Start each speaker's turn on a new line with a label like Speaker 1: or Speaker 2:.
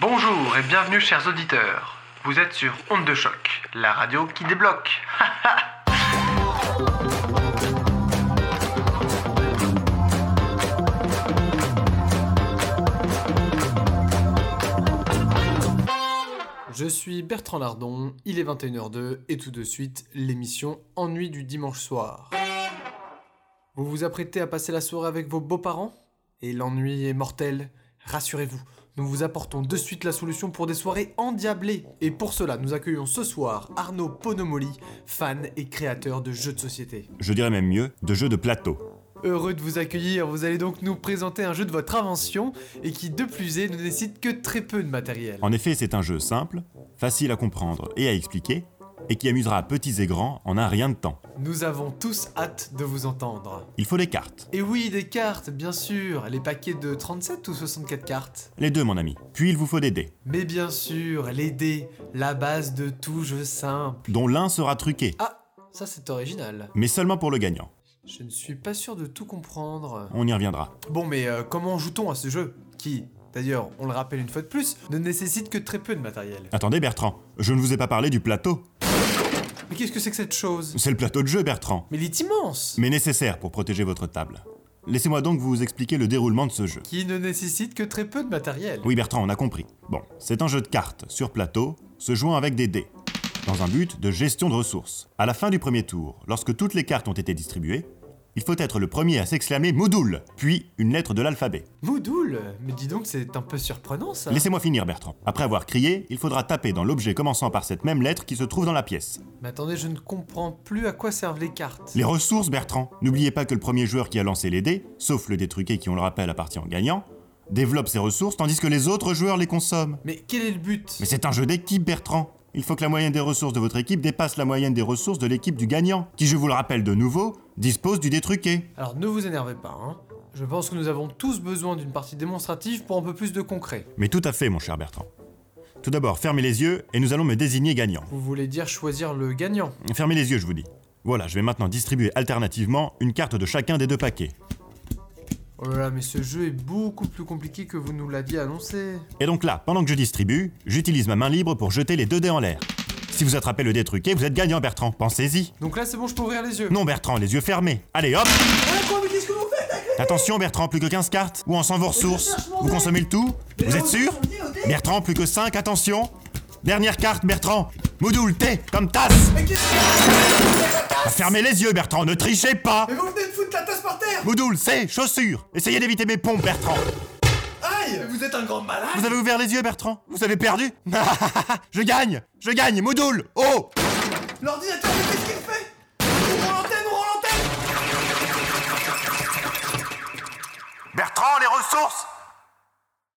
Speaker 1: Bonjour et bienvenue chers auditeurs. Vous êtes sur Onde de choc, la radio qui débloque. Je suis Bertrand Lardon, il est 21h02 et tout de suite l'émission Ennui du dimanche soir. Vous vous apprêtez à passer la soirée avec vos beaux-parents Et l'ennui est mortel Rassurez-vous, nous vous apportons de suite la solution pour des soirées endiablées. Et pour cela, nous accueillons ce soir Arnaud Ponomoli, fan et créateur de jeux de société.
Speaker 2: je dirais même mieux, de jeux de plateau.
Speaker 1: Heureux de vous accueillir, vous allez donc nous présenter un jeu de votre invention et qui, de plus est, ne nécessite que très peu de matériel.
Speaker 2: En effet, c'est un jeu simple, facile à comprendre et à expliquer, et qui amusera petits et grands en un rien de temps.
Speaker 1: Nous avons tous hâte de vous entendre.
Speaker 2: Il faut des cartes,
Speaker 1: Et oui, des cartes, bien sûr, les paquets de 37 ou 64 cartes.
Speaker 2: les deux mon ami, puis il vous faut des dés,
Speaker 1: Mais bien sûr, les dés, la base de tout jeu simple.
Speaker 2: dont l'un sera truqué,
Speaker 1: Ah, ça c'est original.
Speaker 2: mais seulement pour le gagnant.
Speaker 1: Je ne suis pas sûr de tout comprendre.
Speaker 2: On y reviendra.
Speaker 1: Bon, mais euh, comment joue-t-on à ce jeu Qui, d'ailleurs, on le rappelle une fois de plus, ne nécessite que très peu de matériel.
Speaker 2: Attendez Bertrand, je ne vous ai pas parlé du plateau.
Speaker 1: Mais qu'est-ce que c'est que cette chose
Speaker 2: C'est le plateau de jeu Bertrand,
Speaker 1: Mais il est immense
Speaker 2: mais nécessaire pour protéger votre table. Laissez-moi donc vous expliquer le déroulement de ce jeu.
Speaker 1: Qui ne nécessite que très peu de matériel.
Speaker 2: Oui Bertrand, on a compris. Bon, c'est un jeu de cartes sur plateau, se jouant avec des dés, dans un but de gestion de ressources. À la fin du premier tour, lorsque toutes les cartes ont été distribuées, il faut être le premier à s'exclamer Moudoul, puis une lettre de l'alphabet.
Speaker 1: Moudoul Mais dis donc, c'est un peu surprenant ça
Speaker 2: Laissez-moi finir Bertrand. Après avoir crié, il faudra taper dans l'objet commençant par cette même lettre qui se trouve dans la pièce.
Speaker 1: Mais attendez, je ne comprends plus à quoi servent les cartes.
Speaker 2: Les ressources Bertrand. N'oubliez pas que le premier joueur qui a lancé les dés, sauf le détruqué qui on le rappelle à partir en gagnant, développe ses ressources tandis que les autres joueurs les consomment.
Speaker 1: Mais quel est le but
Speaker 2: Mais c'est un jeu d'équipe, Bertrand. Il faut que la moyenne des ressources de votre équipe dépasse la moyenne des ressources de l'équipe du gagnant, qui, je vous le rappelle de nouveau, dispose du détruqué.
Speaker 1: Alors ne vous énervez pas, hein. Je pense que nous avons tous besoin d'une partie démonstrative pour un peu plus de concret.
Speaker 2: Mais tout à fait, mon cher Bertrand. Tout d'abord, fermez les yeux et nous allons me désigner gagnant.
Speaker 1: Vous voulez dire choisir le gagnant
Speaker 2: Fermez les yeux, je vous dis. Voilà, je vais maintenant distribuer alternativement une carte de chacun des deux paquets.
Speaker 1: Oh là là, mais ce jeu est beaucoup plus compliqué que vous nous l'aviez annoncé.
Speaker 2: Et donc là, pendant que je distribue, j'utilise ma main libre pour jeter les deux dés en l'air. Si vous attrapez le détruqué, vous êtes gagnant, Bertrand. Pensez-y.
Speaker 1: Donc là, c'est bon, je peux ouvrir les yeux.
Speaker 2: Non, Bertrand, les yeux fermés. Allez, hop
Speaker 1: Ah, quoi, mais qu'est-ce que vous faites
Speaker 2: Attention Bertrand, plus que 15 cartes ou en 100 vos ressources. Vous consommez le tout Vous êtes sûr Bertrand, plus que 5, attention Dernière carte Bertrand Moudoul, thé, comme tasse Fermez les yeux Bertrand, ne trichez pas
Speaker 1: Mais vous venez de foutre la tasse par terre
Speaker 2: Moudoul, c'est chaussures Essayez d'éviter mes pompes Bertrand
Speaker 1: Aïe Vous êtes un grand malade
Speaker 2: Vous avez ouvert les yeux Bertrand Vous avez perdu Je gagne Je gagne Moudoul Oh
Speaker 1: L'ordinateur, mais qu'est-ce qu'il fait